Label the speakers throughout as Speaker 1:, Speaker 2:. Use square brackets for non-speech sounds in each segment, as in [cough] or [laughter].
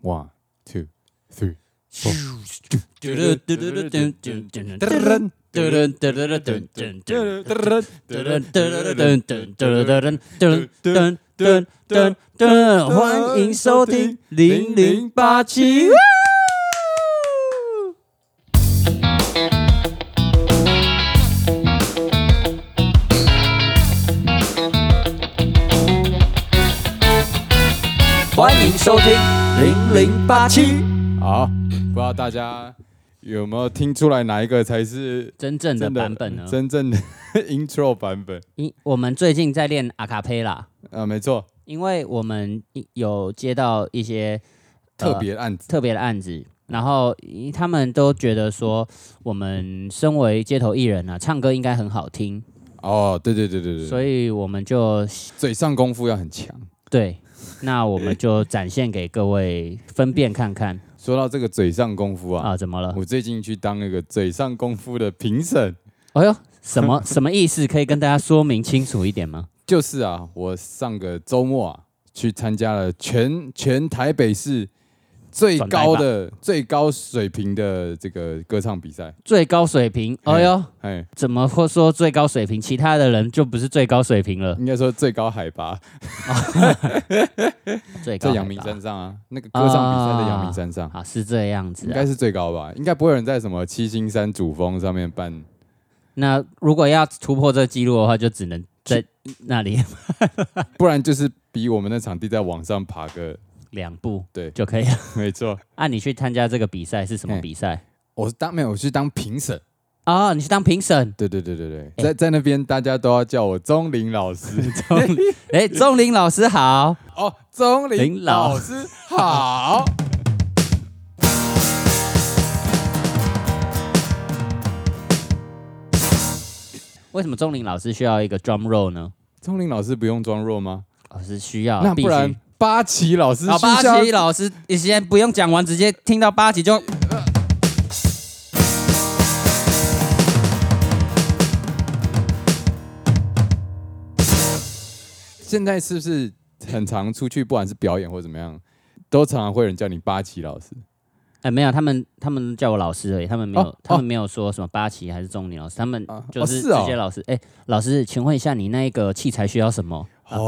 Speaker 1: One, two, three.
Speaker 2: 欢迎收听零零八七。欢迎收听零零八七，
Speaker 1: 好，不知道大家有没有听出来哪一个才是
Speaker 2: 真正的版本呢？
Speaker 1: 真正的 [laughs] intro 版本
Speaker 2: 因我们最近在练阿卡贝拉，
Speaker 1: 啊，没错，
Speaker 2: 因为我们一有接到一些
Speaker 1: 特别案子。
Speaker 2: 特别的案子，然后因他们都觉得说，我们身为街头艺人啊，唱歌应该很好听，
Speaker 1: 哦，对对对对对，
Speaker 2: 所以我们就
Speaker 1: 嘴上功夫要很强。
Speaker 2: 对，那我们就展现给各位分辨看看
Speaker 1: 说到这个嘴上功夫啊，
Speaker 2: 啊，怎么了？
Speaker 1: 我最近去当那个嘴上功夫的评审，
Speaker 2: 哎呦，什么 [laughs] 什么意思？可以跟大家说明清楚一点吗？
Speaker 1: 就是啊，我上个周末啊去参加了全全台北市最高的最高水平的这个歌唱比赛。
Speaker 2: 最高水平，哎呦，
Speaker 1: 哎，
Speaker 2: 怎么会说最高水平？其他的人就不是最高水平了，
Speaker 1: 应该说最高海拔
Speaker 2: 最高
Speaker 1: 在
Speaker 2: 海
Speaker 1: 阳明
Speaker 2: 拔
Speaker 1: 山上啊，那个歌唱比赛在阳明山上，
Speaker 2: 啊，是这样子、
Speaker 1: 应
Speaker 2: 啊
Speaker 1: 该。是最高吧？应该不会有人在什么七星山主峰上面办。
Speaker 2: 那如果要突破这记录的话，就只能在那里 [laughs]
Speaker 1: 不然就是比我们那场地再往上爬个， [laughs]
Speaker 2: 两步
Speaker 1: 对，
Speaker 2: 就可以了。
Speaker 1: 没错。
Speaker 2: 啊，你去参加这个比赛是什么
Speaker 1: 嘿
Speaker 2: 比赛？
Speaker 1: 我是当没有，我去当评审。。
Speaker 2: 哦，你去当评审
Speaker 1: 对对对对对，
Speaker 2: 哎
Speaker 1: 在在那边大家都要叫我钟林老师。
Speaker 2: 哎，钟林老师好。
Speaker 1: 哦，钟林
Speaker 2: 林老
Speaker 1: 老师好。
Speaker 2: 为什么钟林老师需要一个 drum roll 呢？
Speaker 1: [laughs] 钟林老师不用装弱吗？
Speaker 2: 老师需要，
Speaker 1: 那
Speaker 2: 必
Speaker 1: 不
Speaker 2: 须
Speaker 1: 然八啊旗老师
Speaker 2: 好，
Speaker 1: 需不
Speaker 2: 八
Speaker 1: 需要
Speaker 2: 级老师，你先不用讲完，直接听到八级就。
Speaker 1: 现在是不是很常出去，不管是表演或怎么样，都常常会有人叫你八旗老师？
Speaker 2: 哎，没有，他们他们叫我老师而已，他们没有，
Speaker 1: 哦
Speaker 2: 他们没有说什么八旗还是钟林老师，他们
Speaker 1: 啊
Speaker 2: 就
Speaker 1: 哦
Speaker 2: 是
Speaker 1: 是哦
Speaker 2: 直接老师。哎、老师，请问一下，你那个器材需要什么？哎、老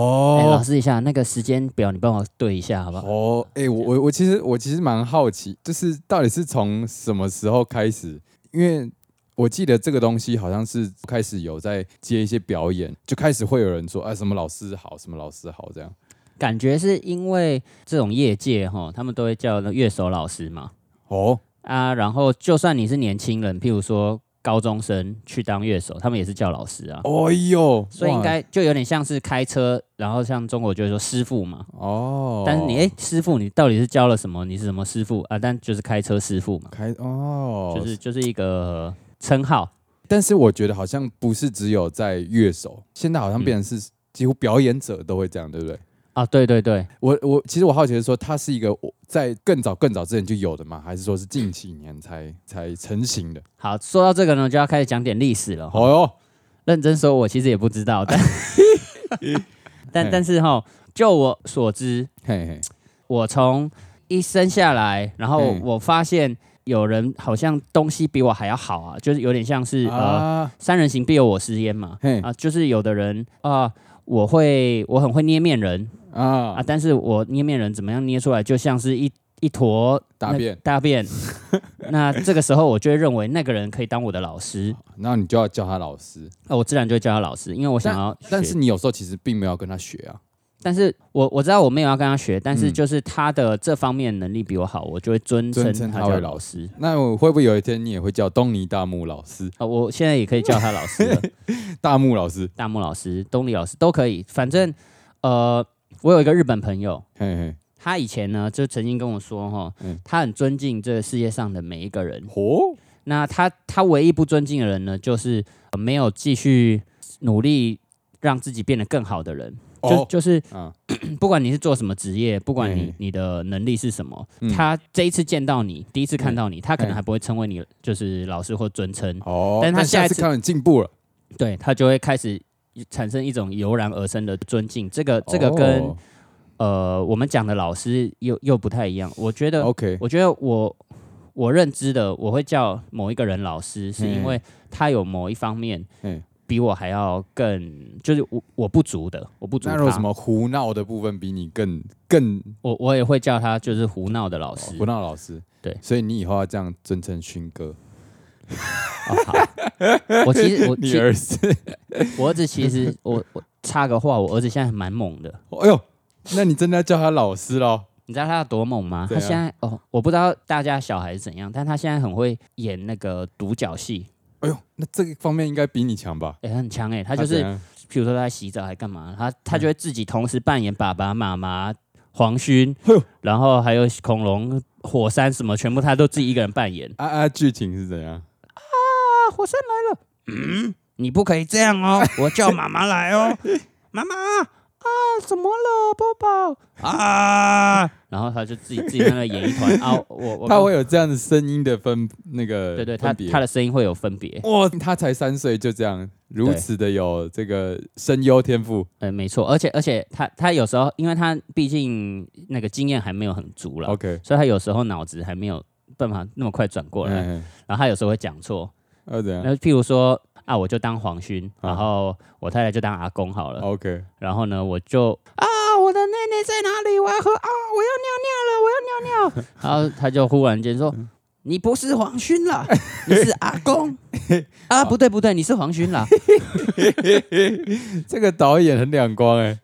Speaker 1: 哦
Speaker 2: 师一下，那个时间表你帮我对一下，好不好？
Speaker 1: 哦，哎、我我我其实我其实蛮好奇，就是到底是从什么时候开始？因为我记得这个东西好像是开始有在接一些表演，就开始会有人说，哎、什么老师好，什么老师好这样。
Speaker 2: 感觉是因为这种业界哈，他们都会叫那乐手老师嘛
Speaker 1: 哦，
Speaker 2: 啊，然后就算你是年轻人，譬如说高中生去当乐手，他们也是叫老师啊，
Speaker 1: 哎呦，
Speaker 2: 所以应
Speaker 1: 哇
Speaker 2: 该就有点像是开车，然后像中国就会说师傅嘛，
Speaker 1: 哦，
Speaker 2: 但是你哎、师傅你到底是教了什么？你是什么师傅啊？但就是开车师傅嘛，
Speaker 1: 开哦，
Speaker 2: 就是就是一个称号。
Speaker 1: 但是我觉得好像不是只有在乐手，现在好
Speaker 2: 嗯
Speaker 1: 像变成是几乎表演者都会这样，对不对？
Speaker 2: 啊，对对对，
Speaker 1: 我我其实我好奇的是说，它是一个我在更早更早之前就有的吗？还是说是近几年才才成型的？
Speaker 2: 好，说到这个呢，就要开始讲点历史了哈。
Speaker 1: 哦哟，
Speaker 2: 认真说，我其实也不
Speaker 1: [laughs]
Speaker 2: 知道，但 [laughs] 但但是哈，就我所知，
Speaker 1: 嘿嘿，
Speaker 2: 我从一生下来，然后
Speaker 1: 嗯
Speaker 2: 我发现有人好像东西比我还要好啊，就是有点像是、呃
Speaker 1: 啊，
Speaker 2: 三人行必有我师焉嘛，
Speaker 1: 嘿
Speaker 2: 啊，就是有的人啊、我会我很会捏面人啊，
Speaker 1: 啊，
Speaker 2: 但是我捏面人怎么样捏出来，就像是一一坨
Speaker 1: 大
Speaker 2: 那
Speaker 1: 便 [laughs]
Speaker 2: 大便，那这个时候我就会认为那个人可以当我的老师，
Speaker 1: 然后你就要叫他老师，
Speaker 2: 那我自然就会叫他老师，因为我想要学
Speaker 1: 但是你有时候其实并没有要跟他学啊。
Speaker 2: 但是我我知道我没有要跟他学，但是
Speaker 1: 嗯
Speaker 2: 就是他的这方面能力比我好，我就会尊
Speaker 1: 尊
Speaker 2: 称
Speaker 1: 称
Speaker 2: 他
Speaker 1: 他为
Speaker 2: 叫
Speaker 1: 老
Speaker 2: 老师。
Speaker 1: 那我会不会有一天你也会叫东尼大木老师、
Speaker 2: 啊、我现在也可以叫他老师
Speaker 1: [laughs]
Speaker 2: 了，
Speaker 1: 大木老师？
Speaker 2: 大木老师、东里老师都可以。反正，呃，我有一个日本朋友，
Speaker 1: 嘿嘿，
Speaker 2: 他以前呢就曾经跟我说，哈
Speaker 1: 嗯，
Speaker 2: 他很尊敬这个世界上的每一个人。
Speaker 1: 哦，
Speaker 2: 那他他唯一不尊敬的人呢，就是、呃没有继续努力让自己变得更好的人。就
Speaker 1: 哦，
Speaker 2: 就是
Speaker 1: 啊，
Speaker 2: [clears throat] 不管你是做什么职业，不管你
Speaker 1: 嗯
Speaker 2: 你的能力是什么，
Speaker 1: 嗯
Speaker 2: 他这一次见到你，第一次看到你，他可能
Speaker 1: 嗯
Speaker 2: 还不会称谓你就是老师或尊称，
Speaker 1: 哦，
Speaker 2: 但是他
Speaker 1: 那
Speaker 2: 下
Speaker 1: 下
Speaker 2: 一
Speaker 1: 次
Speaker 2: 次
Speaker 1: 看到你进步了，
Speaker 2: 对他就会开始产生一种油然而生的尊敬。这个这个
Speaker 1: 哦
Speaker 2: 跟、呃，我们讲的老师又又不太一样。我觉得，
Speaker 1: OK，
Speaker 2: 我觉得我我认知的，我会叫某一个人老师，是因
Speaker 1: 嗯
Speaker 2: 为他有某一方面
Speaker 1: 嗯，
Speaker 2: 比我还要更，就是我我不足的，我不足
Speaker 1: 那如果
Speaker 2: 他
Speaker 1: 什。么胡闹的部分比你更更
Speaker 2: 我我也会叫他就是胡闹的老师。
Speaker 1: 哦胡闹的老师，
Speaker 2: 对
Speaker 1: 所以你以后要这样尊称勋哥，
Speaker 2: 哦好，我
Speaker 1: [laughs]
Speaker 2: 其实我
Speaker 1: 你
Speaker 2: 其
Speaker 1: 儿子，
Speaker 2: 我儿子其实我我插个话，我儿子现在蛮猛的。
Speaker 1: 哎呦，那你真的要叫他老师喽？
Speaker 2: 你知道他有多猛吗？
Speaker 1: 怎
Speaker 2: 他
Speaker 1: 样
Speaker 2: 现在哦，我不知道大家小孩是怎样，但他现在很会演那个独角戏，
Speaker 1: 哎呦，那这个方面应该比你强吧？
Speaker 2: 哎、很强哎、他
Speaker 1: 他
Speaker 2: 就是
Speaker 1: 怎，样
Speaker 2: 譬如说他在洗澡还干嘛，他他就会自己同时扮演爸爸妈妈、黄勋
Speaker 1: 哎呦，
Speaker 2: 然后还有恐龙、火山什么，全部他都自己一个人扮演。
Speaker 1: 啊啊，剧情是怎样？
Speaker 2: 啊，火山来了，嗯，你不可以这样 [laughs] 哦，我叫妈妈来哦， [laughs] 妈妈啊，怎么了，波宝啊？然后他就 [laughs] 自己自己在那演一团啊，我我
Speaker 1: 他会有这样的声音的分那个
Speaker 2: 对对，他
Speaker 1: 分别
Speaker 2: 他的声音会有分别，
Speaker 1: 哇，他才三岁就这样，如此的有这个声优天赋，
Speaker 2: 呃，没错，而且而且他他有时候，因为他毕竟那个经验还没有很足了
Speaker 1: OK，
Speaker 2: 所以他有时候脑子还没有办法那么快转过来，
Speaker 1: 嗯，
Speaker 2: 然后他有时候会讲错，
Speaker 1: 呃，怎
Speaker 2: 那
Speaker 1: 样
Speaker 2: 譬如说啊，我就当黄勋，
Speaker 1: 啊
Speaker 2: 然后我太太就当阿公好了，
Speaker 1: ？OK，
Speaker 2: 然后呢，我就啊，我的内内在哪里？我要喝啊，我要尿尿了，我要
Speaker 1: [laughs]
Speaker 2: 尿尿。然后他就忽然间说：“
Speaker 1: 嗯
Speaker 2: 你不是黄勋了，你是阿
Speaker 1: [laughs]
Speaker 2: 公
Speaker 1: 哦
Speaker 2: 啊，不对不对，你是黄勋了。
Speaker 1: 这个导演很两光哎，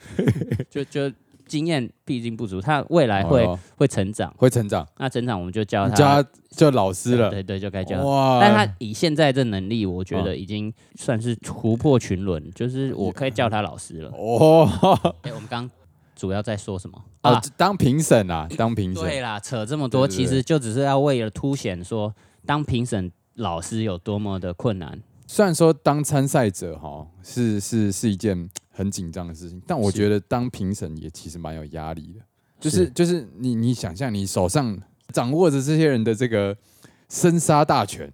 Speaker 2: 就”就经验毕竟不足，他未来会、
Speaker 1: 哦
Speaker 2: 会成长，
Speaker 1: 会成长，
Speaker 2: 那成长我们就叫
Speaker 1: 你
Speaker 2: 他
Speaker 1: 叫他叫老师
Speaker 2: 对
Speaker 1: 了，
Speaker 2: 对对，就该叫他。
Speaker 1: 哇，
Speaker 2: 但他以现在这能力，我觉
Speaker 1: 哦
Speaker 2: 得已经算是突破群伦，就是我可以叫他老师了。
Speaker 1: 嗯哦，
Speaker 2: 哎、我们刚主要在说什么啊
Speaker 1: 哦，？当评审啊，当评
Speaker 2: 对
Speaker 1: 审，
Speaker 2: 啦，扯这么多，
Speaker 1: 对对
Speaker 2: 其实就只是要为了凸显说，当评审老师有多么的困难。
Speaker 1: 虽然说当参赛者哈是是是一件很紧张的事情，但我
Speaker 2: 是
Speaker 1: 觉得当评审也其实蛮有压力的，就是就是你你想象你手上掌握着这些人的这个生杀大权，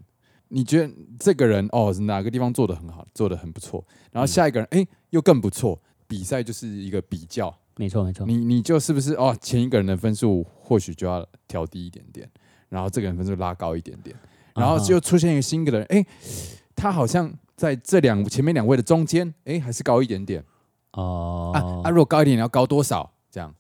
Speaker 1: 你觉得这个人哦哪个地方做的很好，做的很不错，然后
Speaker 2: 嗯
Speaker 1: 下一个人哎、诶又更不错，比赛就是一个比较，
Speaker 2: 没错，没错，
Speaker 1: 你你就是不是哦？前一个人的分数或许就要调低一点点，然后这个人分数拉高一点点，然后
Speaker 2: 啊哈
Speaker 1: 就出现一个新的人，哎、他好像在这两前面两位的中间，哎、还是高一点点
Speaker 2: 哦、
Speaker 1: 啊啊！如果高一点，你要高多少？这样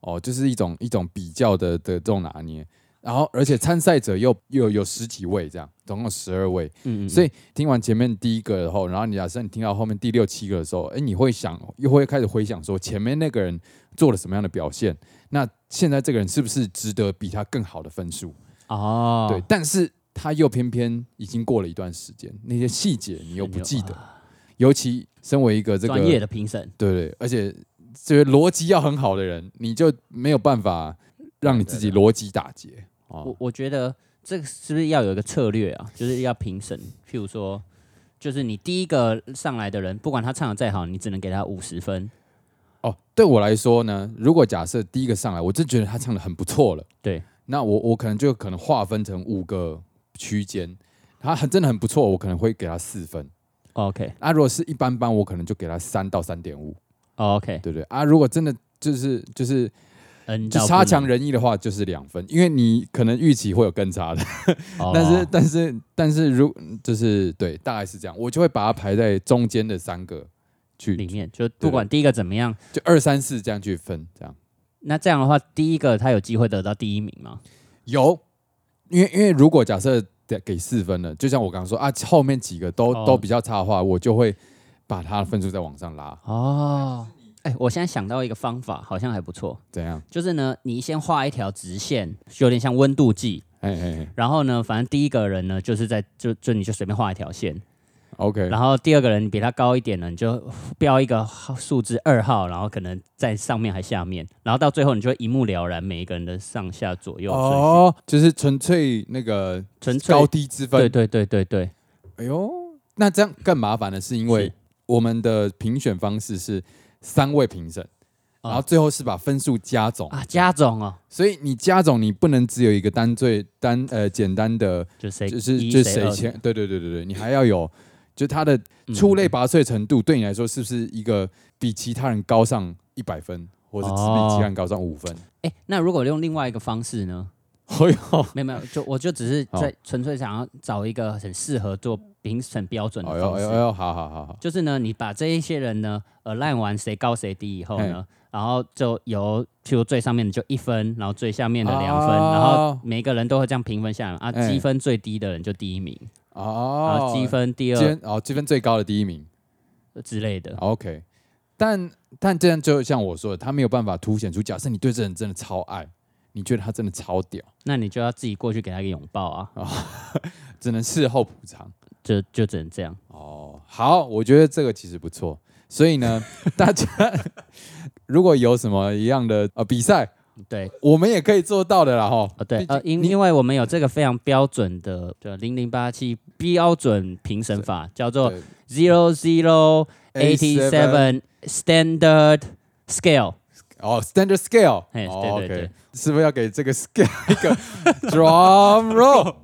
Speaker 1: 哦，就是一种一种比较的的这种拿捏。然后，而且参赛者又又有十几位，这样总共十二位，
Speaker 2: 嗯嗯，
Speaker 1: 所以听完前面第一个然后，然后你假设你听到后面第六七个的时候，哎，你会想，又会开始回想说前面那个人做了什么样的表现，那现在这个人是不是值得比他更好的分数？
Speaker 2: 哦，
Speaker 1: 对，但是他又偏偏已经过了一段时间，那些细节你又不记得，
Speaker 2: 啊
Speaker 1: 尤其身为一个这个
Speaker 2: 专业的评审，
Speaker 1: 对对，而且就是逻辑要很好的人，你就没有办法让你自己逻辑打结
Speaker 2: 我
Speaker 1: 哦。
Speaker 2: 我觉得这个是不是要有一个策略啊？就是要评审，譬如说，就是你第一个上来的人，不管他唱的再好，你只能给他五十分。
Speaker 1: 哦，对我来说呢，如果假设第一个上来，我真觉得他唱的很不错了。
Speaker 2: 对，
Speaker 1: 那我我可能就可能划分成五个区间，他很真的很不错，我可能会给他四分。
Speaker 2: OK，OK，、
Speaker 1: 啊，如果是一般般，我可能就给他三到三点五，
Speaker 2: OK，
Speaker 1: 对不对？啊，如果真的就是就是
Speaker 2: 嗯，
Speaker 1: 就差强人意的话，就是两分，因为你可能预期会有更差的，
Speaker 2: 哦，
Speaker 1: 但是但是但是如就是对，大概是这样，我就会把它排在中间的三个
Speaker 2: 里
Speaker 1: 去，
Speaker 2: 面就不管第一个怎么样，
Speaker 1: 就二三四这样去分，这样
Speaker 2: 那这样的话，第一个他有机会得到第一名吗？
Speaker 1: 有，因为因为如果假设得给四分了，就像我刚刚说啊，后面几个都、
Speaker 2: 哦
Speaker 1: 都比较差的话，我就会把他的分数再往上拉，
Speaker 2: 哦，哎、我现在想到一个方法，好像还不错，
Speaker 1: 怎样？
Speaker 2: 就是呢，你先画一条直线，有点像温度计。
Speaker 1: 哎哎哎
Speaker 2: 然后呢，反正第一个人呢，就是在就就你就随便画一条线，
Speaker 1: ，OK，
Speaker 2: 然后第二个人你比他高一点呢，你就标一个号数字二号，然后可能在上面还下面，然后到最后你就会一目了然每一个人的上下左右顺序，
Speaker 1: 哦，就是纯粹那个
Speaker 2: 纯粹
Speaker 1: 高低之
Speaker 2: 对
Speaker 1: 分。
Speaker 2: 对对对对，
Speaker 1: 哎呦，那这样更麻烦的是，因为
Speaker 2: 是
Speaker 1: 我们的评选方式是三位评审，
Speaker 2: 哦
Speaker 1: 然后最后是把分数加总，
Speaker 2: 啊，加总哦，
Speaker 1: 所以你加总你不能只有一个单最单呃简单的，
Speaker 2: 就谁
Speaker 1: 就是
Speaker 2: 一
Speaker 1: 就是
Speaker 2: 谁
Speaker 1: 谁
Speaker 2: 二
Speaker 1: 前，对对对对对，你还要有。就他的
Speaker 2: 嗯
Speaker 1: 出类拔萃程度，对你来说是不是一个比其他人高上一百分或是纸笔记汉高上五分。
Speaker 2: 哎，那如果用另外一个方式呢？
Speaker 1: 哎呦，
Speaker 2: 没有没有，就我就只是
Speaker 1: 好
Speaker 2: 在纯粹想要找一个很适合做评审标准的
Speaker 1: 哎
Speaker 2: 方
Speaker 1: 呦，哎
Speaker 2: 式。
Speaker 1: 呦，哎呦，好好好好，
Speaker 2: 就是呢，你把这一些人呢，呃，烂完谁高谁低以后呢，然后就由譬如最上面的就一分，然后最下面的两分，
Speaker 1: 哦
Speaker 2: 然后每个人都会这样平分下来嘛啊，
Speaker 1: 哎
Speaker 2: 积分最低的人就第一名，然
Speaker 1: 哦
Speaker 2: 后，积分第
Speaker 1: 积
Speaker 2: 二
Speaker 1: 分哦，积分最高的第一名
Speaker 2: 之类的。
Speaker 1: ，OK。但但这样就像我说的，他没有办法凸显出，假设你对这人真的超爱，你觉得他真的超屌，
Speaker 2: 那你就要自己过去给他一个拥抱啊，
Speaker 1: 只能事后补偿。
Speaker 2: 就就只能这样。
Speaker 1: 哦，好，我觉得这个其实不错。所以
Speaker 2: [laughs]
Speaker 1: 呢，大家如果有什么一样的呃比赛，
Speaker 2: 对，
Speaker 1: 我们也可以做到的啦，哈。
Speaker 2: 哦对，
Speaker 1: 毕竟
Speaker 2: 呃，因因为我们有这个非常标准的，就零零八七标准评审法，叫做 zero zero eighty seven standard scale。
Speaker 1: 哦，standard scale，
Speaker 2: 嘿
Speaker 1: 哦 OK
Speaker 2: 对对对
Speaker 1: 是不是要给这个 scale [laughs] 一个 drum roll？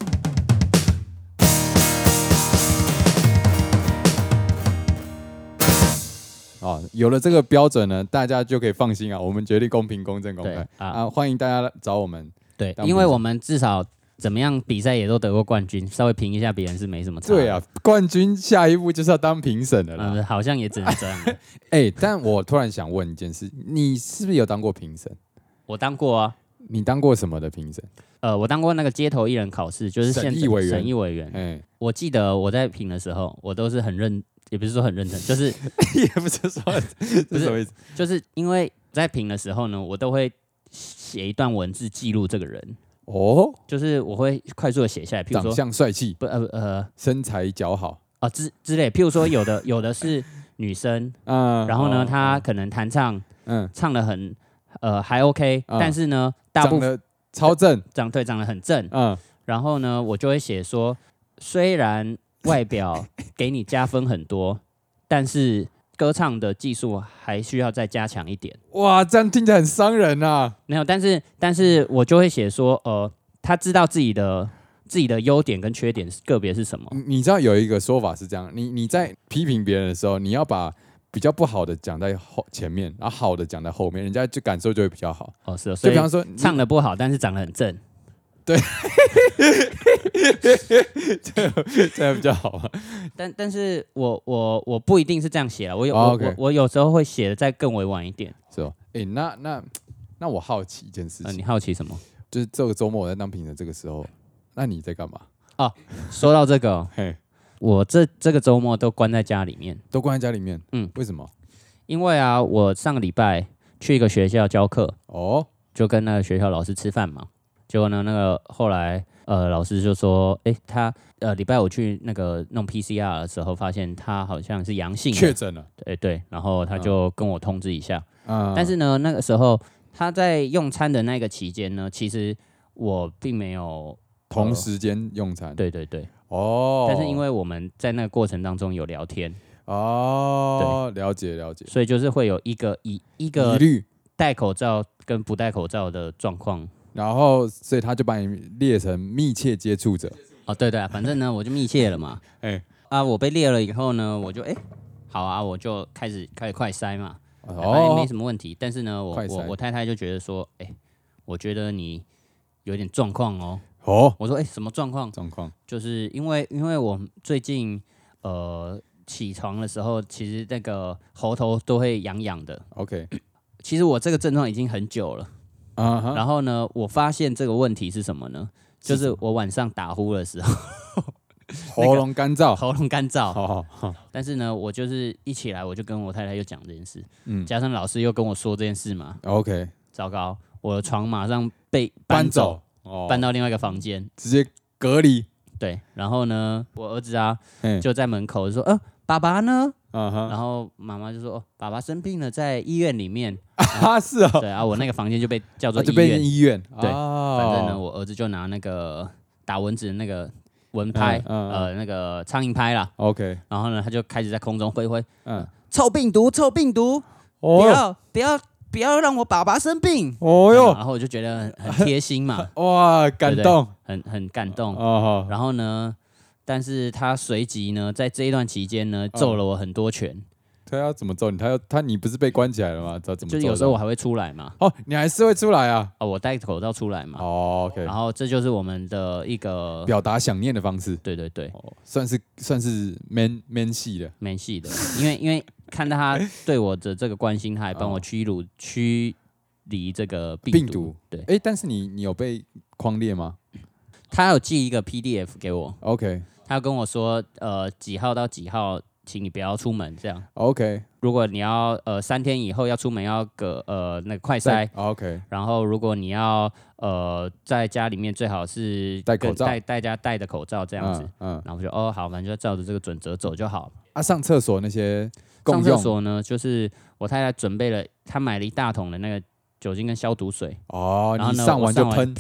Speaker 1: 哦，有了这个标准呢，大家就可以放心啊。我们决定公平、公正、公
Speaker 2: 对
Speaker 1: 开
Speaker 2: 啊
Speaker 1: 啊！欢迎大家来找我们。
Speaker 2: 对，
Speaker 1: 当
Speaker 2: 因
Speaker 1: 评
Speaker 2: 为
Speaker 1: 审
Speaker 2: 我们至少怎么样比赛也都得过冠军，稍微评一下别人是没什么差。
Speaker 1: 对，啊，冠军下一步就是要当评审的啦。
Speaker 2: 嗯，好像也只能这样了。 [laughs]
Speaker 1: 哎，但我突然想问一件事，你是不是有当过评审？
Speaker 2: 我当过啊，
Speaker 1: 你当过什么的评审？
Speaker 2: 呃，我当过那个街头艺人考试，就是
Speaker 1: 审
Speaker 2: 县
Speaker 1: 议
Speaker 2: 政
Speaker 1: 委员
Speaker 2: 审议委员。
Speaker 1: 哎， [laughs]
Speaker 2: 我记得我在评的时候，我都是很认，也不是说很认真，就是
Speaker 1: 也不是说这是什么意思？
Speaker 2: 就是因为在评的时候呢，我都会写一段文字记录这个人，
Speaker 1: 哦，
Speaker 2: 就是我会快速的写下来，譬如
Speaker 1: 长
Speaker 2: 说
Speaker 1: 相帅气，
Speaker 2: 不呃呃
Speaker 1: 身材姣好，
Speaker 2: 啊之之类，譬如说有的有的是女生，
Speaker 1: 嗯，
Speaker 2: 然后呢
Speaker 1: 哦
Speaker 2: 她可能弹唱
Speaker 1: 嗯，
Speaker 2: 唱的很呃还 OK，、
Speaker 1: 啊
Speaker 2: 但是呢，大部
Speaker 1: 长
Speaker 2: 分呃
Speaker 1: 得超正，
Speaker 2: 长对长得很正，
Speaker 1: 嗯，
Speaker 2: 然后呢，我就会写说，虽然外表给你加分很多，但是歌唱的技术还需要再加强一点。
Speaker 1: 哇，这样听起来很伤人啊，
Speaker 2: 没有，但是但是我就会写说，呃，他知道自己的自己的优点跟缺点个别是什么。
Speaker 1: 你你知道有一个说法是这样，你你在批评别人的时候，你要把比较不好的讲在后前面，然后好的讲在后面，人家就感受就会比较好。
Speaker 2: 哦，是哦，所
Speaker 1: 就
Speaker 2: 以
Speaker 1: 比方说，
Speaker 2: 唱的不好，但是长得很正。
Speaker 1: 你这样比较好啊。
Speaker 2: 但但是我我我不一定是这样写啊了，我有、
Speaker 1: 哦
Speaker 2: 我
Speaker 1: OK
Speaker 2: 我我有时候会写的再更委婉一点。
Speaker 1: 是哦，哎，那那那我好奇一件事
Speaker 2: 呃，你
Speaker 1: 情，
Speaker 2: 好奇什么？
Speaker 1: 就是这个周末我在当评审这个时候，那你在干嘛？
Speaker 2: 说到这个哦、
Speaker 1: 嘿，
Speaker 2: 我这这个周末都关在家里面，
Speaker 1: 都关在家里面，嗯
Speaker 2: 嗯，
Speaker 1: 为什么？
Speaker 2: 因为啊，我上个礼拜去一个学校教课，
Speaker 1: 哦，
Speaker 2: 就跟那个学校老师吃饭嘛。结果呢，那个后来呃，老师就说，诶，他呃礼拜五去那个弄 PCR 的时候，发现他好像是阳性的，
Speaker 1: 确诊了，
Speaker 2: 对对，然后他就跟我通知一下。
Speaker 1: 嗯，
Speaker 2: 但是呢，那个时候他在用餐的那个期间呢，其实我并没有，
Speaker 1: 同时间用餐，
Speaker 2: 对对对，
Speaker 1: 哦，
Speaker 2: 但是因为我们在那个过程当中有聊天，
Speaker 1: 哦，了解了解，
Speaker 2: 所以就是会有一个一一
Speaker 1: 疑
Speaker 2: 个
Speaker 1: 虑，
Speaker 2: 戴口罩跟不戴口罩的状况。
Speaker 1: 然后所以他就把你列成密切接触者，
Speaker 2: 哦，对对、啊，反正呢我就密切了嘛。
Speaker 1: [laughs] 哎
Speaker 2: 啊，我被列了以后呢，我就哎、好啊，我就开始开始快筛嘛，发现没
Speaker 1: 哦，
Speaker 2: 什么问题。但是呢，我
Speaker 1: 快
Speaker 2: 我
Speaker 1: 筛
Speaker 2: 我太太就觉得说，哎、我觉得你有点状况哦。
Speaker 1: 哦，
Speaker 2: 我说，哎、什么状况？
Speaker 1: 状况，
Speaker 2: 就是因为因为我最近呃起床的时候，其实那个喉头都会痒痒的。
Speaker 1: OK，
Speaker 2: 其实我这个症状已经很久了。
Speaker 1: 啊哈，
Speaker 2: 然后呢，我发现这个问题是什么呢？就是
Speaker 1: 什
Speaker 2: 是我晚上打呼的时
Speaker 1: [laughs]
Speaker 2: 候，
Speaker 1: 喉咙干燥，
Speaker 2: 喉咙干燥。
Speaker 1: 好好，
Speaker 2: 但是呢，我就是一起来我就跟我太太又讲这件事，
Speaker 1: 嗯
Speaker 2: 加上老师又跟我说这件事嘛，
Speaker 1: ，OK，
Speaker 2: 糟糕，我的床马上被
Speaker 1: 搬
Speaker 2: 走，
Speaker 1: 走，哦，
Speaker 2: 搬到另外一个房间。
Speaker 1: 直接隔离，
Speaker 2: 对，然后呢，我儿子啊
Speaker 1: 嗯
Speaker 2: 就在门口就说，呃，爸爸呢？
Speaker 1: 啊哈，
Speaker 2: 然后妈妈就说，哦，爸爸生病了，在医院里
Speaker 1: [laughs]
Speaker 2: 面。
Speaker 1: 啊是哦，
Speaker 2: 对啊，我那个房间就被叫做
Speaker 1: [laughs] 啊
Speaker 2: 医
Speaker 1: 就变
Speaker 2: 院。
Speaker 1: 医院，
Speaker 2: 对反正呢，
Speaker 1: 哦，
Speaker 2: 我儿子就拿那个打蚊子的那个蚊拍，
Speaker 1: 嗯嗯嗯
Speaker 2: 呃，那个苍蝇拍啦，
Speaker 1: OK，
Speaker 2: 然后呢，他就开始在空中挥挥，
Speaker 1: 嗯，
Speaker 2: 臭病毒，臭病毒，不
Speaker 1: 哦
Speaker 2: 要嗯不要不要让我爸爸生病。
Speaker 1: 哦哟，
Speaker 2: 然后我就觉得很很贴心
Speaker 1: [laughs]
Speaker 2: 嘛，
Speaker 1: 哇，感动，
Speaker 2: 很很感动。
Speaker 1: 哦，
Speaker 2: 然后呢，但是他随即呢，在这一段期间呢，揍了我很多拳，
Speaker 1: 他要怎么揍你？他要他你不是被关起来了吗？他哦怎么揍
Speaker 2: 就
Speaker 1: 的？
Speaker 2: 是有时候我还会出来嘛，
Speaker 1: 哦，你还是会出来啊。
Speaker 2: 啊，我戴口罩出来嘛，
Speaker 1: 哦，OK，
Speaker 2: 然后这就是我们的一个，
Speaker 1: 表达想念的方式，
Speaker 2: 对对对，
Speaker 1: 哦，算是算是 man man 系的。
Speaker 2: 蛮细的，因为因为看到他对我的这个关心，他还帮我
Speaker 1: 哦
Speaker 2: 驱逐驱离这个病
Speaker 1: 病
Speaker 2: 毒
Speaker 1: 毒，
Speaker 2: 对，
Speaker 1: 哎，但是你你有被框列吗
Speaker 2: 他有寄一个 PDF 给我，
Speaker 1: ？OK
Speaker 2: 他跟我说，呃，几号到几号，请你不要出门，这样。
Speaker 1: OK，
Speaker 2: 如果你要呃三天以后要出门要隔呃那个快
Speaker 1: 在哦
Speaker 2: 筛，
Speaker 1: OK
Speaker 2: 然后如果你要呃在家里面最好是
Speaker 1: 戴口
Speaker 2: 跟
Speaker 1: 罩
Speaker 2: 戴大家戴的口罩
Speaker 1: 这
Speaker 2: 这样子。
Speaker 1: 嗯，嗯
Speaker 2: 然后我就哦好，反正就照着这个准则走就好。
Speaker 1: 啊，上厕所那些
Speaker 2: 上
Speaker 1: 共
Speaker 2: 厕
Speaker 1: 用
Speaker 2: 所呢，就是我太太准备了，她买了一大桶的那个酒精跟消毒水，
Speaker 1: 哦，
Speaker 2: 然后
Speaker 1: 你
Speaker 2: 呢
Speaker 1: 上
Speaker 2: 我
Speaker 1: 完就
Speaker 2: 上完
Speaker 1: 喷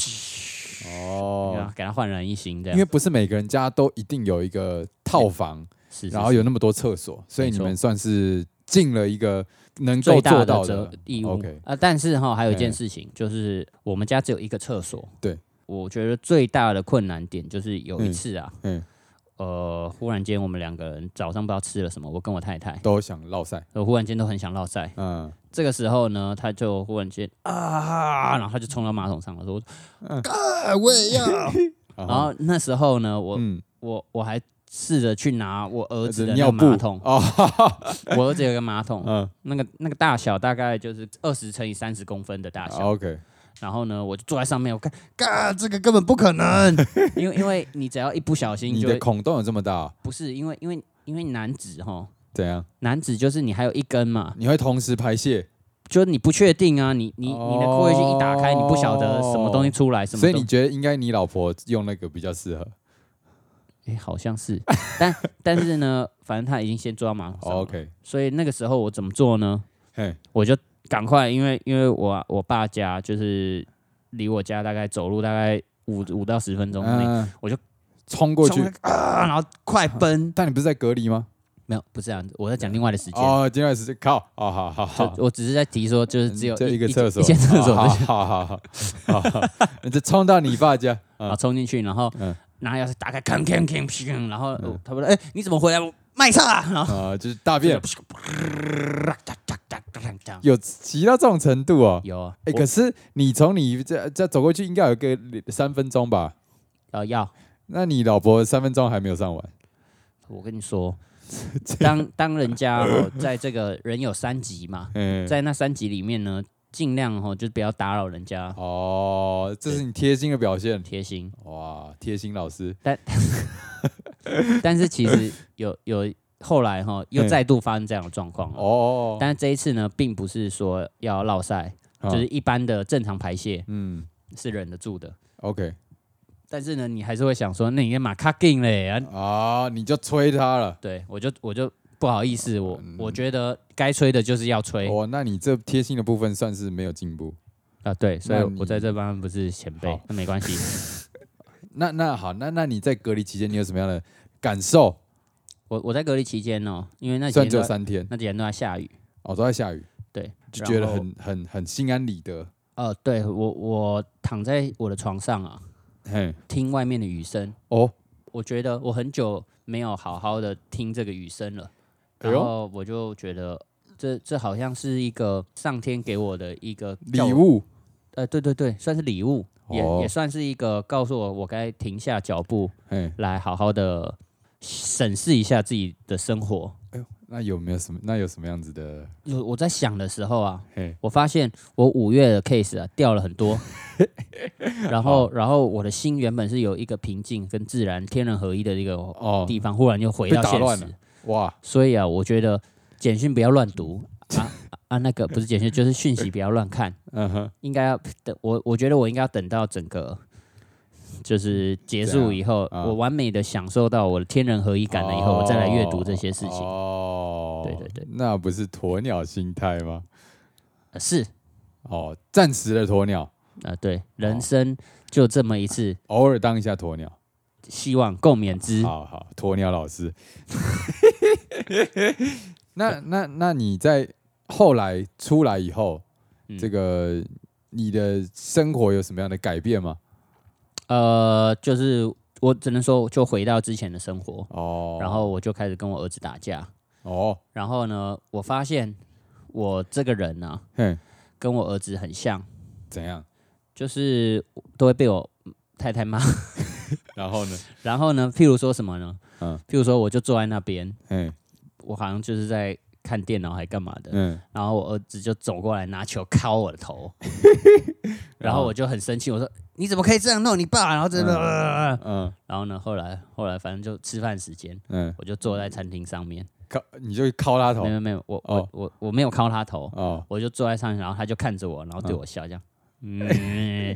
Speaker 2: 然后
Speaker 1: 哦，
Speaker 2: 给她焕然一新这
Speaker 1: 因为
Speaker 2: 样。
Speaker 1: 不是每个人家都一定有一个套房，
Speaker 2: 是是
Speaker 1: 然后有那么多厕所，所以
Speaker 2: 没
Speaker 1: 你
Speaker 2: 错
Speaker 1: 们算是尽了一个能
Speaker 2: 最
Speaker 1: 够
Speaker 2: 大
Speaker 1: 做
Speaker 2: 的
Speaker 1: 到
Speaker 2: 责义务。
Speaker 1: OK
Speaker 2: 啊，但是哈，还有一件
Speaker 1: 哎
Speaker 2: 事情，就是我们家只有一个厕所。
Speaker 1: 对，
Speaker 2: 我觉得最大的困难点就是有一
Speaker 1: 嗯
Speaker 2: 次啊，
Speaker 1: 嗯，
Speaker 2: 呃，忽然间我们两个人早上不知道吃了什么，我跟我太太，
Speaker 1: 都想落赛，
Speaker 2: 我忽然间都很想落晒。
Speaker 1: 嗯，
Speaker 2: 这个时候呢，她就忽然间啊，然后她就冲到马桶上了，说：“啊，我也要。”
Speaker 1: 然
Speaker 2: 然后那时候呢，我
Speaker 1: 啊嗯，
Speaker 2: 我我还试着去拿我儿子的那
Speaker 1: 尿
Speaker 2: 个
Speaker 1: 布
Speaker 2: 马桶，
Speaker 1: 哦，
Speaker 2: 我儿子有个马
Speaker 1: [laughs]
Speaker 2: 桶，
Speaker 1: 嗯
Speaker 2: 那个那个大小大概就是二十乘以三十公分
Speaker 1: [laughs]
Speaker 2: 的大小。
Speaker 1: ，OK，
Speaker 2: 然后呢，我就坐在上面，我看，嘎，这个根本不可能， [laughs] 因为因为你只要一不小心
Speaker 1: 嗯你
Speaker 2: 就
Speaker 1: 的
Speaker 2: 会
Speaker 1: 孔洞有这么大哦，
Speaker 2: 不是因为因为因为男子哈，
Speaker 1: 怎样？
Speaker 2: 男子就是你还有一根嘛，
Speaker 1: 你会同时排泄，
Speaker 2: 就是你不确定啊，你你
Speaker 1: 哦
Speaker 2: 你的括约肌一打开，你不晓得什么东西出来，什么
Speaker 1: 所
Speaker 2: 东
Speaker 1: 以你觉得应该你老婆用那个比较适合
Speaker 2: 哎、好像是，但但是呢，反正他已经先坐到马桶上了、
Speaker 1: 哦？OK，
Speaker 2: 所以那个时候我怎么做呢？
Speaker 1: 嘿，
Speaker 2: 我就赶快，因为因为我我爸家就是离我家大概走路大概五五到十分钟内，
Speaker 1: 嗯，
Speaker 2: 我就
Speaker 1: 冲过
Speaker 2: 冲
Speaker 1: 去。
Speaker 2: 啊，然后快奔，
Speaker 1: 但你不是在隔离吗？
Speaker 2: 没有，不是啊，我在讲另外的时间。
Speaker 1: 哦，今段时间靠，哦，好好好嗯
Speaker 2: 就，我只是在提说，就是只有
Speaker 1: 这
Speaker 2: 一
Speaker 1: 一个
Speaker 2: 一
Speaker 1: 厕所，哦
Speaker 2: 一间厕所
Speaker 1: 好
Speaker 2: 的
Speaker 1: 好好好好，好 [laughs] 你就冲到你爸家，
Speaker 2: [laughs] 然
Speaker 1: 啊
Speaker 2: 后，冲进去，然后
Speaker 1: 嗯
Speaker 2: 拿钥匙打开，吭吭吭吭，然后呃他们说：“哎，你怎么回来？我卖菜啊！”然后
Speaker 1: 啊就是大便
Speaker 2: 哒哒哒哒哒哒
Speaker 1: 有急到这种程度哦。
Speaker 2: 有啊，
Speaker 1: 哎，
Speaker 2: 我
Speaker 1: 可是你从你这这走过去，应该有个三分钟吧？
Speaker 2: 呃要
Speaker 1: 那你老婆三分钟还没有上完，
Speaker 2: 我跟你说，当当人家哦，在这个人有三级嘛，
Speaker 1: 嗯，
Speaker 2: 在那三级里面呢，尽量哦，就是不要打扰人家，
Speaker 1: 哦，这是你贴心的表现，
Speaker 2: 贴心。
Speaker 1: 哇，贴心老师，
Speaker 2: 但是其
Speaker 1: [laughs]
Speaker 2: 实有有后来哈，又
Speaker 1: 嗯
Speaker 2: 再度发生这样的状况哦。
Speaker 1: 哦，
Speaker 2: 但是这一次呢，并不是说要落晒，
Speaker 1: 啊
Speaker 2: 就是一般的正常排泄
Speaker 1: 嗯
Speaker 2: 是忍得住的。
Speaker 1: ，OK，
Speaker 2: 但是呢，你还是会想说，那你干嘛卡进嘞？啊，
Speaker 1: 啊，你就催他了。
Speaker 2: 对我就我就不好意思，我我觉得该吹的就是要吹
Speaker 1: 嗯哦，那你这贴心的部分算是没有进步。
Speaker 2: 啊，对，所以
Speaker 1: 那你
Speaker 2: 我在这方面不是前辈
Speaker 1: 好，
Speaker 2: 那没关系。
Speaker 1: 那那好，那那你在隔离期间你有什么样的感受？
Speaker 2: 我我在隔离期间哦，因为那几
Speaker 1: 虽然
Speaker 2: 天
Speaker 1: 只
Speaker 2: 都
Speaker 1: 有
Speaker 2: 在
Speaker 1: 三天，
Speaker 2: 那几天都在下雨，
Speaker 1: 哦，都在下雨，
Speaker 2: 对，
Speaker 1: 就觉得
Speaker 2: 然后
Speaker 1: 很很很心安理得。
Speaker 2: 呃，对我我躺在我的床上啊，
Speaker 1: 嘿，
Speaker 2: 听外面的雨声，
Speaker 1: 哦，
Speaker 2: 我觉得我很久没有好好的听这个雨声了，
Speaker 1: 哎
Speaker 2: 然
Speaker 1: 呦
Speaker 2: 后我就觉得这这好像是一个上天给我的一个
Speaker 1: 礼
Speaker 2: 叫我，
Speaker 1: 物
Speaker 2: 呃，对对对，算是礼物，
Speaker 1: 哦
Speaker 2: 也也算是一个告诉我我该停下脚步
Speaker 1: 嘿，
Speaker 2: 来好好的审视一下自己的生活。
Speaker 1: 那有没有什么？那有什么样子的？
Speaker 2: 有我在想的时候啊，
Speaker 1: 嘿，
Speaker 2: 我发现我五月的 case 啊掉了
Speaker 1: [laughs]
Speaker 2: 很多，然后然后我的心原本是有一个平静跟自然天人合一的一个
Speaker 1: 哦，
Speaker 2: 地方，忽然又回
Speaker 1: 被
Speaker 2: 到
Speaker 1: 打
Speaker 2: 现
Speaker 1: 乱
Speaker 2: 实
Speaker 1: 了。哇，
Speaker 2: 所以啊，我觉得简讯不要乱读啊啊啊，那个不是简讯，就是讯息不要乱看，
Speaker 1: 嗯哼，
Speaker 2: 应该要等我，我觉得我应该要等到整个。就是结
Speaker 1: 怎
Speaker 2: 束
Speaker 1: 样
Speaker 2: 以后，
Speaker 1: 啊
Speaker 2: 我完美的享受到我的天人合一感了以后，我再来阅读这些事情。
Speaker 1: 哦，
Speaker 2: 对对对，
Speaker 1: 那不是鸵鸟心态吗？
Speaker 2: 呃是，
Speaker 1: 哦，暂时的鸵鸟，
Speaker 2: 啊，对，人
Speaker 1: 哦
Speaker 2: 生就这么一次，
Speaker 1: 偶尔当一下鸵鸟。
Speaker 2: 希望共勉之。
Speaker 1: 好好，鸵鸟老师。 [laughs] 那那那你在后来出来以后，
Speaker 2: 嗯
Speaker 1: 这个你的生活有什么样的改变吗？
Speaker 2: 呃，就是我只能说，就回到之前的生活，
Speaker 1: 哦，
Speaker 2: 然后我就开始跟我儿子打架，
Speaker 1: 哦，
Speaker 2: 然后呢，我发现我这个人呢、啊
Speaker 1: 嘿，
Speaker 2: 跟我儿子很像，
Speaker 1: 怎样？
Speaker 2: 就是都会被我太太骂。 [laughs]
Speaker 1: 然后呢？
Speaker 2: 然后呢，譬如说什么呢？
Speaker 1: 嗯
Speaker 2: 譬如说我就坐在那边，
Speaker 1: 嘿，
Speaker 2: 我好像就是在看电脑还干嘛的，
Speaker 1: 嗯，
Speaker 2: 然后我儿子就走过来拿球敲我
Speaker 1: [laughs]
Speaker 2: 的头，然后我就很生气，我说你怎么可以这样弄你爸？然后这，呃
Speaker 1: 嗯嗯
Speaker 2: 然后呢，后来后来反正就吃饭时间，
Speaker 1: 嗯，
Speaker 2: 我就坐在餐厅上面，
Speaker 1: 靠，你就敲他头
Speaker 2: 没有没有，我
Speaker 1: 哦
Speaker 2: 我我我没有敲他头，
Speaker 1: 哦，
Speaker 2: 我就坐在上面，然后他就看着我，然后对我笑这样。嗯，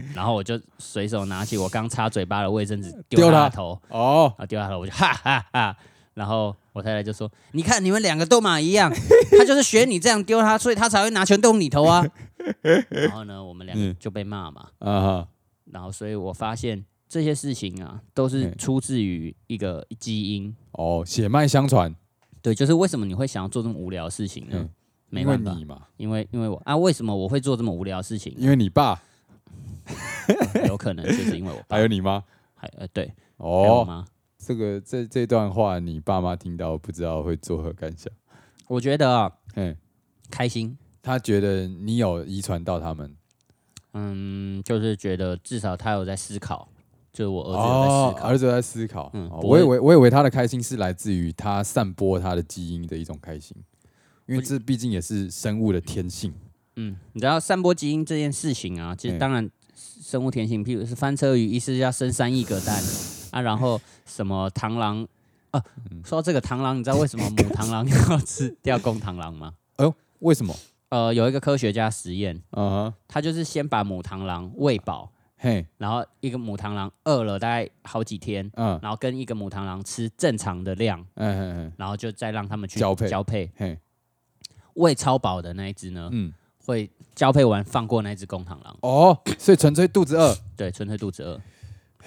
Speaker 2: [laughs] 然后我就随手拿起我刚擦嘴巴的卫生纸丢
Speaker 1: 丢
Speaker 2: 他
Speaker 1: 他
Speaker 2: 的头，
Speaker 1: 哦
Speaker 2: 然，后丢下来，我就哈哈哈。然后我太太就说：“你看你们两个都嘛一样， [laughs] 他就是学你这样丢他，所以他才会拿拳动你头
Speaker 1: [laughs]
Speaker 2: 啊。”然后呢，我们两个
Speaker 1: 嗯
Speaker 2: 就被骂嘛。
Speaker 1: 啊哈，
Speaker 2: 然后，所以我发现这些事情啊，都是
Speaker 1: 嗯
Speaker 2: 出自于一个基因。
Speaker 1: 哦，血脉相传，
Speaker 2: 对，就是为什么你会想要做这么无聊的事情呢
Speaker 1: 嗯？
Speaker 2: 没
Speaker 1: 因为
Speaker 2: 办法，
Speaker 1: 你嘛，
Speaker 2: 因为因为我啊，为什么我会做这么无聊的事情？
Speaker 1: 因为你爸
Speaker 2: [laughs] 有可能就是因为我爸
Speaker 1: 还，有你妈。
Speaker 2: 还呃对，还有我
Speaker 1: 哦，
Speaker 2: 妈。
Speaker 1: 这个这这段话，你爸妈听到不知道会作何感想？
Speaker 2: 我觉得啊
Speaker 1: 嘿，
Speaker 2: 开心，
Speaker 1: 他觉得你有遗传到他们，
Speaker 2: 嗯，就是觉得至少他有在思考，就是我儿子有在思考。
Speaker 1: 哦儿子有在思考。
Speaker 2: 嗯
Speaker 1: 哦
Speaker 2: 不
Speaker 1: 我
Speaker 2: 会
Speaker 1: 以为我以为他的开心是来自于他散播他的基因的一种开心，因为这毕竟也是生物的天性。
Speaker 2: 嗯，你知道散播基因这件事情啊，其实
Speaker 1: 嗯
Speaker 2: 当然生物天性，譬如是翻车鱼一次要生三亿个蛋啊，然后什么螳螂啊，
Speaker 1: 嗯
Speaker 2: 说到这个螳螂，你知道为什么母螳螂要吃掉公螳螂吗？
Speaker 1: 哎呦，为什么？
Speaker 2: 呃，有一个科学家实验，
Speaker 1: 嗯哼，
Speaker 2: 他就是先把母螳螂喂饱，
Speaker 1: 嘿，
Speaker 2: 然后一个母螳螂饿了大概好几天，
Speaker 1: 嗯，
Speaker 2: 然后跟一个母螳螂吃正常的量，
Speaker 1: 嗯嗯嗯，
Speaker 2: 然后就再让他们去
Speaker 1: 交配
Speaker 2: 交配
Speaker 1: 嘿，
Speaker 2: 喂超饱的那一只呢，
Speaker 1: 嗯，
Speaker 2: 会交配完放过那一只公螳螂，
Speaker 1: 哦，所以纯粹肚子饿，
Speaker 2: 对，纯粹肚子饿。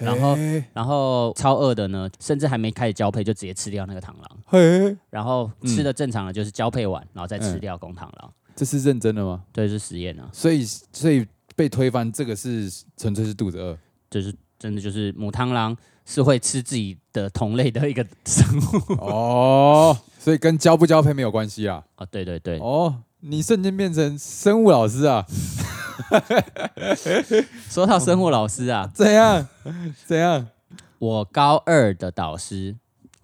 Speaker 2: [laughs] 然后
Speaker 1: 嘿，
Speaker 2: 然后超饿的呢，甚至还没开始交配就直接吃掉那个螳螂，
Speaker 1: 嘿，
Speaker 2: 然后
Speaker 1: 嗯
Speaker 2: 吃的正常的就是交配完，然后再吃
Speaker 1: 嗯
Speaker 2: 掉公螳螂，
Speaker 1: 这是认真的吗？
Speaker 2: 对，是实验啊，
Speaker 1: 所以，所以被推翻，这个是纯粹是肚子
Speaker 2: [laughs]
Speaker 1: 饿。
Speaker 2: 就是真的就是母螳螂是会吃自己的同类的一个生物
Speaker 1: 哦，所以跟交不交配没有关系啊。
Speaker 2: 哦，对对对，
Speaker 1: 哦，你瞬间变成生物老师啊？
Speaker 2: 说到生物老师啊，
Speaker 1: 怎样？怎样？
Speaker 2: 我高二的导师，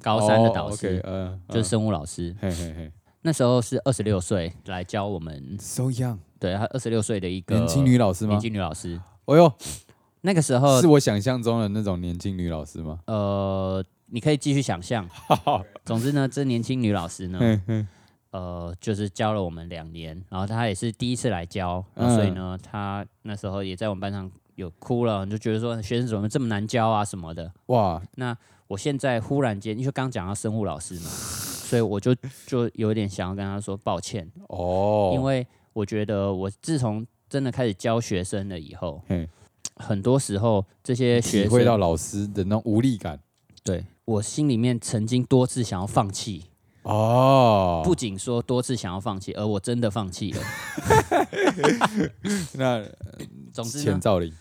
Speaker 2: 高三的导师、
Speaker 1: 哦，OK，嗯，
Speaker 2: 就是
Speaker 1: 嗯
Speaker 2: 生物老师，
Speaker 1: 嘿嘿嘿
Speaker 2: 那时候是二十六岁来教我们，
Speaker 1: ，so young，
Speaker 2: 对，她二十六岁的一个
Speaker 1: 年轻女老师吗
Speaker 2: 呃年？轻呃女老师，
Speaker 1: 哦呦，
Speaker 2: 那个时候
Speaker 1: 是我想象中的那种年轻女老师吗？
Speaker 2: 呃，你可以继续
Speaker 1: [laughs]
Speaker 2: 想象。总之呢，这年轻女老师呢，
Speaker 1: 嗯嗯
Speaker 2: 呃，就是教了我们两年，然后她也是第一次来教，
Speaker 1: 嗯
Speaker 2: 所以呢，她那时候也在我们班上有哭了，就觉得说学生怎么这么难教啊什么的。
Speaker 1: 哇，
Speaker 2: 我现在忽然间，因为刚讲到生物老师嘛，所以我就就有点想要跟她说抱歉，
Speaker 1: 哦，
Speaker 2: 因为我觉得我自从真的开始教学生了以后
Speaker 1: 嘿，
Speaker 2: 很多时候这些学
Speaker 1: 体
Speaker 2: 生
Speaker 1: 会到老师的那种无力感。
Speaker 2: 对我心里面曾经多次想要放弃。
Speaker 1: 哦，
Speaker 2: 不，仅说多次想要放弃，而我真的
Speaker 1: [laughs]
Speaker 2: 放弃了。
Speaker 1: 那
Speaker 2: 总之
Speaker 1: 前
Speaker 2: 呢，
Speaker 1: 兆林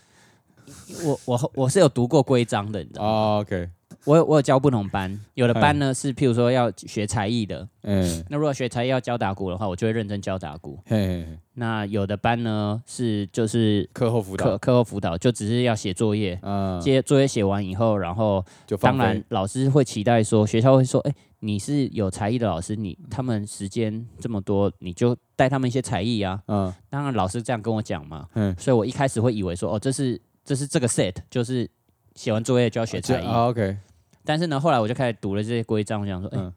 Speaker 2: 我我我是有读过规章的，你知道吗？
Speaker 1: 啊，OK，
Speaker 2: 我有我有教不同班，有的班呢是譬如说要学才艺的，
Speaker 1: 嗯，
Speaker 2: 那如果学才艺要教打鼓的话，我就会认真教打鼓。
Speaker 1: 嘿嘿嘿，
Speaker 2: 那有的班呢是就是
Speaker 1: 课后辅
Speaker 2: 课
Speaker 1: 导，
Speaker 2: 课后辅导，就只是要写作业。
Speaker 1: 嗯，
Speaker 2: 写作业写完以后，然后
Speaker 1: 就放
Speaker 2: 当
Speaker 1: 飞
Speaker 2: 然老师会期待说，学校会说，哎、你是有才艺的老师，你他们时间这么多，你就带他们一些才艺啊。
Speaker 1: 嗯
Speaker 2: 当然老师这样跟我讲嘛，
Speaker 1: 嗯
Speaker 2: 所以我一开始会以为说，哦，这是这是这个 set，就是写完作业就要学才艺。
Speaker 1: 啊，OK，
Speaker 2: 但是呢，后来我就开始读了这些规章，我想说，哎、
Speaker 1: 嗯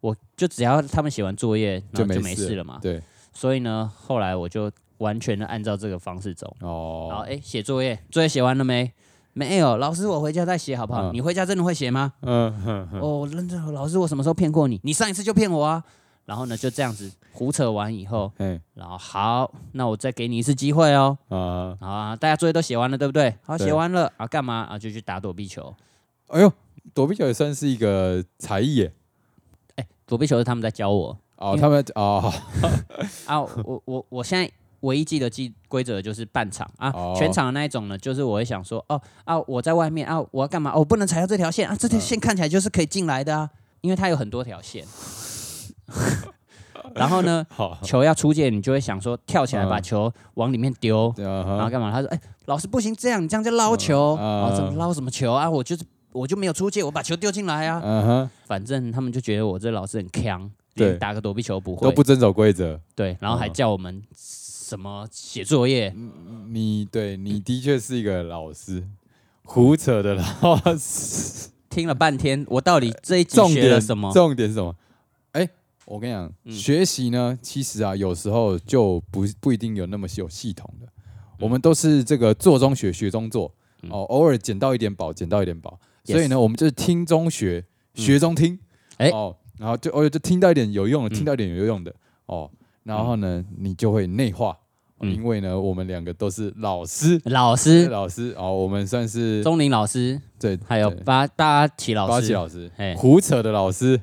Speaker 2: 我就只要他们写完作业，然后
Speaker 1: 就没
Speaker 2: 就没
Speaker 1: 事
Speaker 2: 事了嘛。
Speaker 1: 对，
Speaker 2: 所以呢，后来我就完全的按照这个方式走。然后，
Speaker 1: 哦，
Speaker 2: 哎、写作业，作业写完了没？没有，老师，我回家再写好不
Speaker 1: 嗯
Speaker 2: 好？你回家真的会写吗？
Speaker 1: 嗯哼哼，
Speaker 2: 哦，认真，老师，我什么时候骗过你？你上一次就骗我啊！然后呢，就这样子胡扯完以后，
Speaker 1: 嘿
Speaker 2: 然后好，那我再给你一次机会哦。
Speaker 1: 啊，
Speaker 2: 好啊，大家作业都写完了，对不对？好，
Speaker 1: 对
Speaker 2: 写完了啊，干嘛啊？就去打躲避球。
Speaker 1: 哎呦，躲避球也算是一个才艺耶。
Speaker 2: 躲避球是他们在教我因
Speaker 1: 哦，
Speaker 2: 为
Speaker 1: 他们哦，
Speaker 2: 啊。我我我现在唯一记得记规则就是半场啊，
Speaker 1: 哦
Speaker 2: 全场的那一种呢，就是我会想说，哦啊，我在外面啊，我要干
Speaker 1: 嗯
Speaker 2: 嘛？哦，我不能踩到这条线啊，这条线看起来就是可以进来的啊，因为它有很多条线。 [laughs] 然后呢，
Speaker 1: 好，
Speaker 2: 球要出界，你就会想说跳起来
Speaker 1: 嗯
Speaker 2: 把球往里面丢，
Speaker 1: 对啊
Speaker 2: 然后
Speaker 1: 哈，
Speaker 2: 干嘛？他说：“哎、老师不行，这样你这样就捞球，
Speaker 1: 嗯
Speaker 2: 啊、这捞什么球啊？我就是我就没有出界，我把球丢进来啊。
Speaker 1: 嗯哼，
Speaker 2: 反正他们就觉得我这老师很强，
Speaker 1: 对
Speaker 2: 连打个躲避球不会，
Speaker 1: 都不遵守规则。
Speaker 2: 对，然后还
Speaker 1: 嗯
Speaker 2: 叫我们什么写作业，
Speaker 1: 你对你的确是一个老师，胡扯的老师。
Speaker 2: 听了半天，我到底这一集
Speaker 1: 重
Speaker 2: 学了
Speaker 1: 点
Speaker 2: 什么？
Speaker 1: 重点是什么？哎，我跟你讲，
Speaker 2: 嗯
Speaker 1: 学习呢，其实啊，有时候就不不一定有那么有系统的。我们都是这个做中学，学中做，
Speaker 2: 嗯
Speaker 1: 哦，偶尔捡到一点宝，捡到一点宝。
Speaker 2: Yes 嗯
Speaker 1: 所以呢，我们就是听中学，学中听。
Speaker 2: 哎
Speaker 1: 哦，然后就偶尔就听到一点有用的，
Speaker 2: 嗯
Speaker 1: 听到一点有用的，哦，然后呢，你就会内化，哦
Speaker 2: 嗯
Speaker 1: 因为呢，我们两个都是老师，
Speaker 2: 老师，
Speaker 1: 老师哦，我们算是
Speaker 2: 钟林老师，
Speaker 1: 对，
Speaker 2: 还有
Speaker 1: 对
Speaker 2: 巴巴奇老
Speaker 1: 八
Speaker 2: 师，
Speaker 1: 旗老师
Speaker 2: 哎，
Speaker 1: 胡扯的老师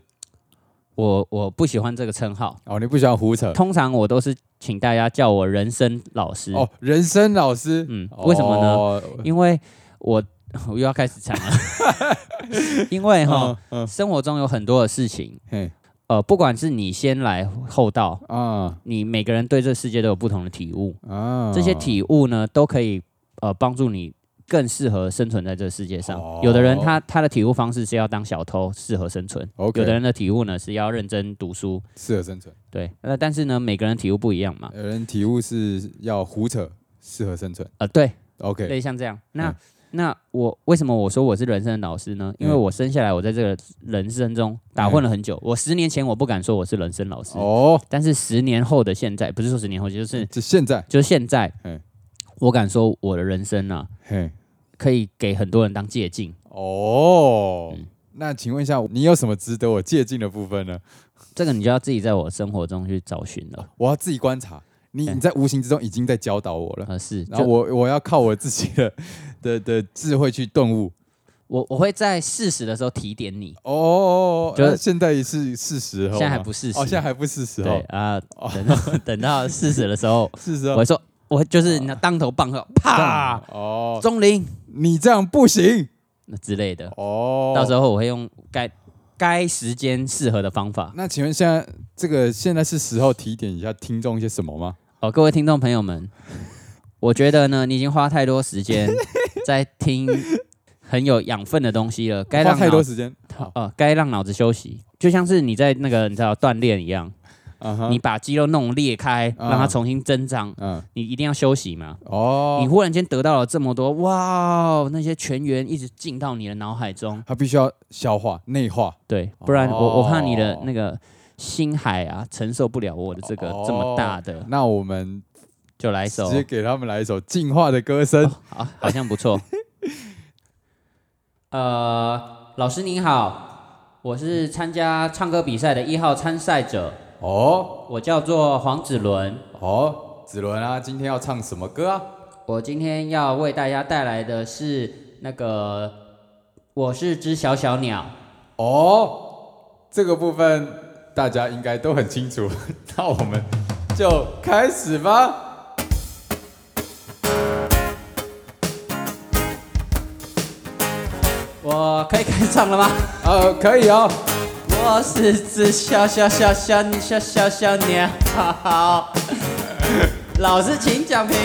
Speaker 2: 我我不喜欢这个称号。
Speaker 1: 哦，你不喜欢胡扯
Speaker 2: 通常我都是请大家叫我人生老师，
Speaker 1: 哦，人生老师，哦
Speaker 2: 嗯为什么呢
Speaker 1: 呢？
Speaker 2: 因为我我又要开始讲了， [laughs] 因为哈、
Speaker 1: 嗯，
Speaker 2: 生活中有很多的事情，
Speaker 1: 嘿
Speaker 2: 呃，不管是你先来后到，
Speaker 1: 啊
Speaker 2: 你每个人对这世界都有不同的体悟，
Speaker 1: 啊，
Speaker 2: 这些体悟呢都可以呃帮助你。更适合生存在这世界上。
Speaker 1: 哦
Speaker 2: 有的人他他的体悟方式是要当小偷，适合生存
Speaker 1: OK
Speaker 2: 有的人的体悟呢是要认真读书，
Speaker 1: 适合生存，
Speaker 2: 对。那但是呢，每个人体悟不一样嘛。
Speaker 1: 有人体悟是要胡扯适合生存
Speaker 2: 呃，对，
Speaker 1: ，OK，
Speaker 2: 类似像这样。那、
Speaker 1: 嗯
Speaker 2: 那我为什么我说我是人生的导师呢？因为
Speaker 1: 嗯
Speaker 2: 我生下来，我在这个人生中打混了很久。我十年前我不敢说我是人生老师，
Speaker 1: 哦，
Speaker 2: 但是十年后的现在，不是说十年后，就是
Speaker 1: 就现在，
Speaker 2: 就是现在
Speaker 1: 嗯，
Speaker 2: 我敢说我的人生啊，
Speaker 1: 嘿，
Speaker 2: 可以给很多人当借鉴。
Speaker 1: 哦
Speaker 2: 嗯。
Speaker 1: 那请问一下，你有什么值得我借鉴的部分呢？
Speaker 2: 这个你就要自己在我生活中去找寻了。
Speaker 1: 我要自己观察，你
Speaker 2: 嗯
Speaker 1: 你在无形之中已经在教导我了。
Speaker 2: 呃，是，
Speaker 1: 然后
Speaker 2: 就
Speaker 1: 我我要靠我自己的的的智慧去顿悟。
Speaker 2: 我我会在适时的时候提点你，
Speaker 1: 哦，
Speaker 2: 就
Speaker 1: 那现在是事实哦，
Speaker 2: 现在还不适时。
Speaker 1: 哦，现在哦还不是时
Speaker 2: 对
Speaker 1: 候，
Speaker 2: 啊，等到 [laughs] 等到适时的
Speaker 1: [laughs]
Speaker 2: 时候，
Speaker 1: 是时
Speaker 2: 我
Speaker 1: 候
Speaker 2: 会。说，我就是那当头棒喝，啪。
Speaker 1: 哦，
Speaker 2: 钟林
Speaker 1: 你这样不行
Speaker 2: 那之类的。
Speaker 1: 哦。
Speaker 2: 到时
Speaker 1: 候，
Speaker 2: 候我会用该该时间适合的方法。
Speaker 1: 那请问现在这个现在是时候提点一下听众一些什么吗？
Speaker 2: 哦，各位听众朋友们， [laughs] 我觉得呢，你已经花太多时间在听很有养分的东西了，
Speaker 1: [laughs]
Speaker 2: 该
Speaker 1: 花
Speaker 2: 让
Speaker 1: 太多
Speaker 2: 脑
Speaker 1: 时间。好，
Speaker 2: 呃该让脑子休息，就像是你在那个你知道锻炼一样，
Speaker 1: 嗯哼
Speaker 2: 你把肌肉弄裂开，
Speaker 1: 啊
Speaker 2: 让它重新增长，
Speaker 1: 嗯，
Speaker 2: 你一定要休息嘛。你
Speaker 1: 哦，
Speaker 2: 忽然间得到了这么多，哇哦，那些全员一直进到你的脑海中，
Speaker 1: 他必须要消化内化。
Speaker 2: 对，不然我、我怕你的
Speaker 1: 哦
Speaker 2: 那个心海啊承受不了我的这个这么大的，
Speaker 1: 哦那我们
Speaker 2: 就来一
Speaker 1: 直
Speaker 2: 首，
Speaker 1: 接给他们来一首净化的歌声。
Speaker 2: 好，好像
Speaker 1: [laughs]
Speaker 2: 不错。呃，老师您好，我是参加唱歌比赛的一号参赛者，
Speaker 1: 哦
Speaker 2: 我叫做黄子伦，
Speaker 1: 哦，子伦啊，今天要唱什么歌啊？
Speaker 2: 我今天要为大家带来的是那个。我是只小小鸟，
Speaker 1: 哦，这个部分大家应该都很清楚， [laughs] 那我们就开始吧。
Speaker 2: 我可以开始唱了吗？
Speaker 1: 呃，可以哦。
Speaker 2: 我是只小小小小小小小鸟， [laughs] 好，老师请讲评。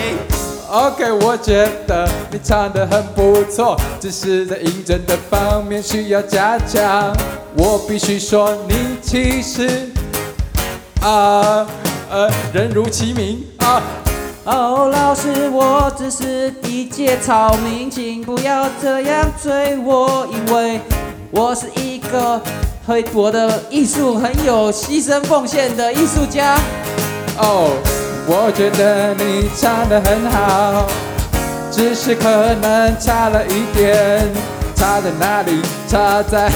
Speaker 1: OK，我觉得你唱得很不错，只是在音准的方面需要加强。我必须说，你其实啊呃人如其名啊。
Speaker 2: 哦，老师，我只是一介草民，请不要这样追我，因为我是一个会我的艺术很有牺牲奉献的艺术家。
Speaker 1: 哦，我觉得你唱得很好，只是可能差了一点，差在哪里？差在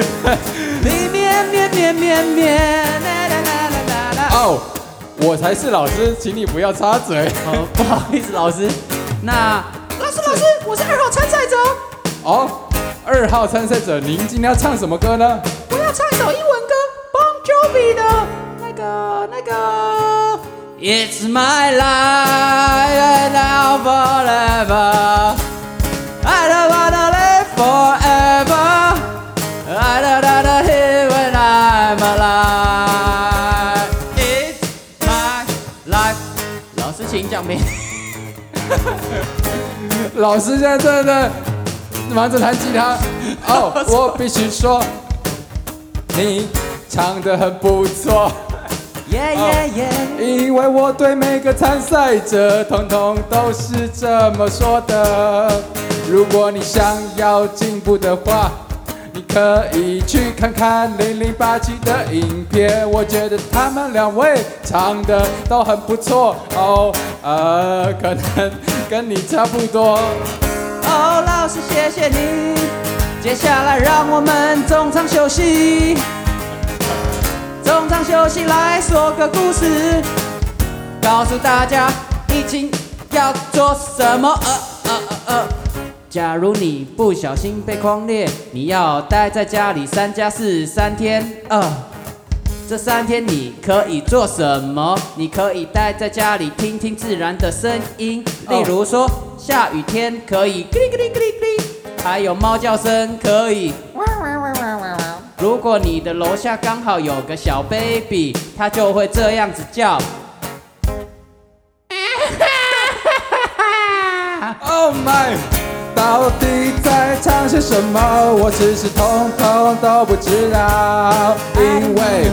Speaker 1: [laughs]
Speaker 2: 里面面面面面，啦啦啦啦啦啦。
Speaker 1: 哦，我才是老师，请你不要插嘴。
Speaker 2: 哦，不 [laughs] 好意思，老师，那老师老师，我是二号参赛者哦。
Speaker 1: 哦，二号参赛者，您今天要唱什么歌呢？
Speaker 2: 我要唱一首英文歌，Bon Jovi 的那个那个。It's my life and now forever. I don't wanna live forever. I don't wanna live when I'm alive.
Speaker 1: 老师现在真的忙着弹吉他。哦，我必须说，你唱的很不错，
Speaker 3: 耶耶耶！
Speaker 1: 因为我对每个参赛者通通都是这么说的。如果你想要进步的话，你可以去看看零零八七的影片，我觉得他们两位唱的都很不错哦，呃，可能跟你差不多。
Speaker 2: 哦，老师，谢谢你。接下来让我们中场休息，中场休息来说个故事，告诉大家疫情要做什么。呃呃呃呃，假如你不小心被框列，你要待在家里三加四三天。呃，这三天你可以做什么？你可以待在家里听听自然的声音，
Speaker 1: 哦
Speaker 2: 例如说下雨天可以咯哩咯哩咯哩咯哩，还有猫叫声可以。如果你的楼下刚好有个小 baby，它就会这样子叫。
Speaker 1: Oh my，到底在唱些什么？我其实通通都不知道，因为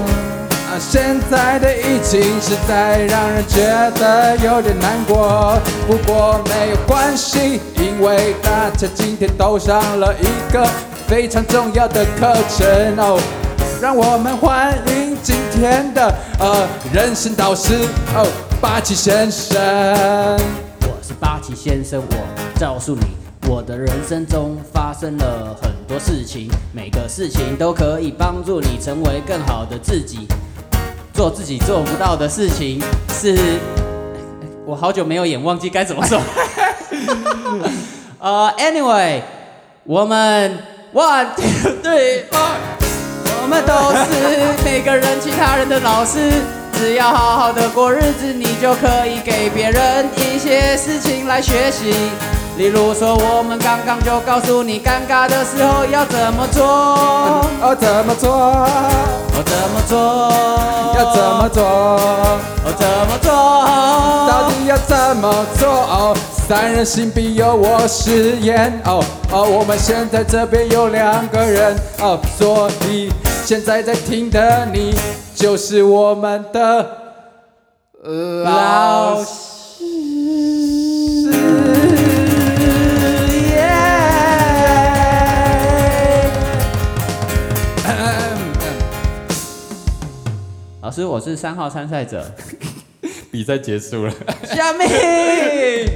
Speaker 1: 啊，现在的疫情实在让人觉得有点难过。不过没有关系，因为大家今天都上了一个非常重要的课程哦。让我们欢迎今天的呃人生导师哦，八旗先生。
Speaker 2: 我是八旗先生，我告诉你，我的人生中发生了很多事情，每个事情都可以帮助你成为更好的自己。做自己做不到的事情是， [laughs] 我好久没有演，忘记该怎么说。 [laughs] 呃，anyway，我们 one two three four，我们都是每个人其他人的老师，只要好好的过日子，你就可以给别人一些事情来学习。例如说，我们刚刚就告诉你，尴尬的时候要怎么做，
Speaker 1: 哦，怎么做？
Speaker 2: 我怎么做，
Speaker 1: 要怎么，做？
Speaker 2: 我怎么
Speaker 1: 到
Speaker 2: 做。
Speaker 1: 底要怎么做？哦，三人行必有我师焉。哦哦，我们现在这边有两个人哦，所以现在在听的你就是我们的老
Speaker 2: 老
Speaker 1: 师。
Speaker 2: 老师，我是三号参赛者。
Speaker 1: 比赛结束了。
Speaker 2: 下面，